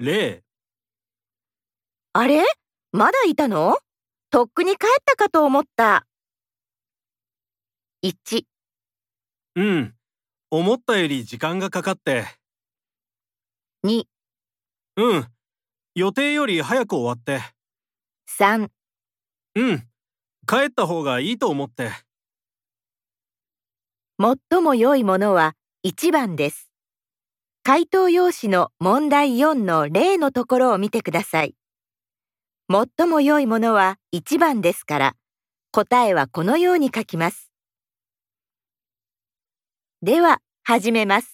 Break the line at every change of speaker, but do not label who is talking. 0
あれまだいたのとっくに帰ったかと思った。1、
うん思ったより時間がかかって
2、
うん予定より早く終わって
3、
うん帰った方がいいと思って
最も良いものは1番です。回答用紙の問題4の0のところを見てください。最も良いものは1番ですから、答えはこのように書きます。では、始めます。